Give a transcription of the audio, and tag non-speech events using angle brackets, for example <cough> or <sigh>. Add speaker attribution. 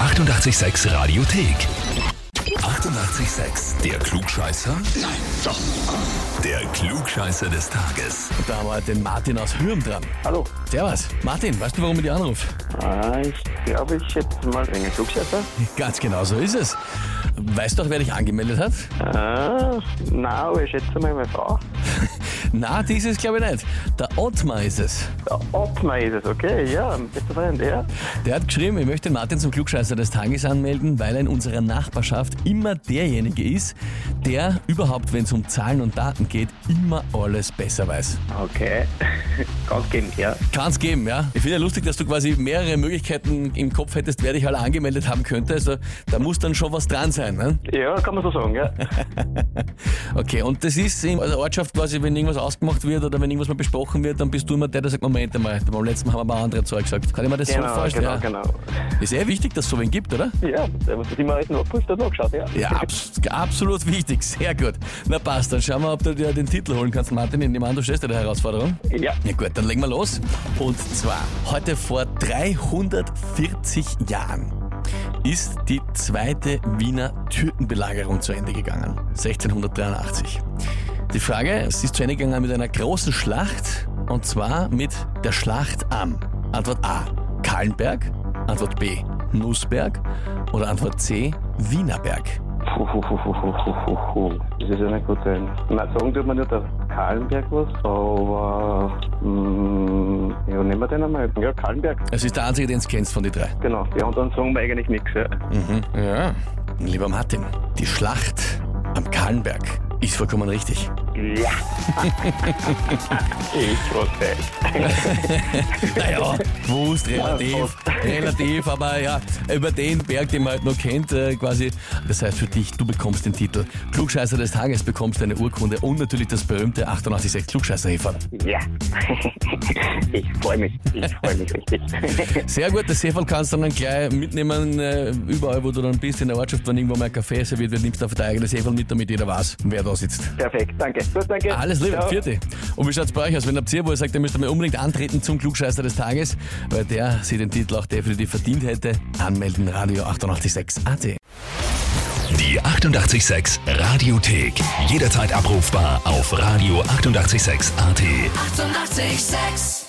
Speaker 1: 886 Radiothek. 88,6. Der Klugscheißer? Nein, doch. Der Klugscheißer des Tages.
Speaker 2: Da haben wir den Martin aus Hürm dran.
Speaker 3: Hallo.
Speaker 2: Servus. Martin, weißt du, warum ich dich anrufe? <laughs>
Speaker 3: Ah, ich glaube, ich schätze mal einen Klugscheißer.
Speaker 2: Ganz genau so ist es. Weißt du auch, wer dich angemeldet hat? <laughs>
Speaker 3: Ah, na, aber ich schätze mal meine Frau.
Speaker 2: Na, dies ist glaube ich nicht. Der Ottmar ist es.
Speaker 3: Der Ottmar ist es, okay, ja, bist du Freund, ja.
Speaker 2: Der hat geschrieben, ich möchte den Martin zum Klugscheißer des Tages anmelden, weil er in unserer Nachbarschaft immer derjenige ist, der überhaupt, wenn es um Zahlen und Daten geht, immer alles besser weiß.
Speaker 3: Okay, <laughs> ganz geben, ja.
Speaker 2: Kann's geben, ja. Ich finde ja lustig, dass du quasi mehrere Möglichkeiten im Kopf hättest, wer dich alle angemeldet haben könnte. Also da muss dann schon was dran sein. Ne?
Speaker 3: Ja, kann man so sagen, ja.
Speaker 2: Okay, und das ist in der Ortschaft quasi, wenn irgendwas ausgemacht wird oder wenn irgendwas mal besprochen wird, dann bist du immer der, der sagt, Moment einmal, beim letzten Mal haben wir mal andere Zeug gesagt. Kann ich mir das so
Speaker 3: Genau,
Speaker 2: vorstellen?
Speaker 3: genau, genau.
Speaker 2: ja. Ist eh wichtig, dass es so wen gibt, oder?
Speaker 3: Ja, da muss ich immer alles nachgeprüft und nachgeschaut, ja.
Speaker 2: Ja, abs absolut wichtig, sehr gut. Na passt, dann schauen wir, ob du dir den Titel holen kannst, Martin. Ich nehme an, du stellst dir die Herausforderung.
Speaker 3: Ja.
Speaker 2: Ja gut, dann legen wir los. Und zwar, heute vor 340 Jahren ist die zweite Wiener Türkenbelagerung zu Ende gegangen, 1683. Die Frage, es ist zu Ende gegangen mit einer großen Schlacht, und zwar mit der Schlacht am. Antwort A, Kahlenberg. Antwort B, Nussberg. Oder Antwort C, Wienerberg.
Speaker 3: Puhuhuhuhuhuhu. Das ist ja nicht gut sein. Na, sagen tut man nur der Kahlenberg was, aber, mh, ja, nehmen wir den einmal. Ja, Kahlenberg,
Speaker 2: Es ist der einzige, den du kennst von den drei.
Speaker 3: genau. Die anderen sagen wir eigentlich nichts, ja.
Speaker 2: Ja. Mhm. Lieber Martin, die Schlacht am Kahlenberg ist vollkommen richtig.
Speaker 3: Ja. <laughs> ich wusste.
Speaker 2: Naja, <laughs> wusst,
Speaker 3: Ja,
Speaker 2: relativ, relativ, aber ja, über den Berg, den man halt noch kennt, äh, quasi. Das heißt für dich, du bekommst den Titel Klugscheißer des Tages, bekommst deine Urkunde und natürlich das berühmte 886 klugscheißer -Heferl.
Speaker 3: Ja. <laughs> ich freue mich. Ich freue mich richtig.
Speaker 2: Sehr gut, das Heferl kannst du dann gleich mitnehmen, äh, überall wo du dann bist, in der Ortschaft, wenn irgendwo mal ein Kaffee serviert wird, nimmst du einfach dein eigenes Heferl mit, damit jeder weiß, wer da sitzt.
Speaker 3: Perfekt. Danke. Gut, danke.
Speaker 2: Ah, Alles Liebe,
Speaker 3: Ciao.
Speaker 2: vierte. Und wie schaut's bei euch aus? Wenn habt ihr, wo ihr sagt, ihr müsst einmal unbedingt antreten zum Klugscheißer des Tages, weil der sie den Titel auch definitiv verdient hätte, anmelden Radio 886 AT.
Speaker 1: Die 88,6 Radiothek. Jederzeit abrufbar auf radio886.at. 88,6.
Speaker 4: Eighty-eight, sex.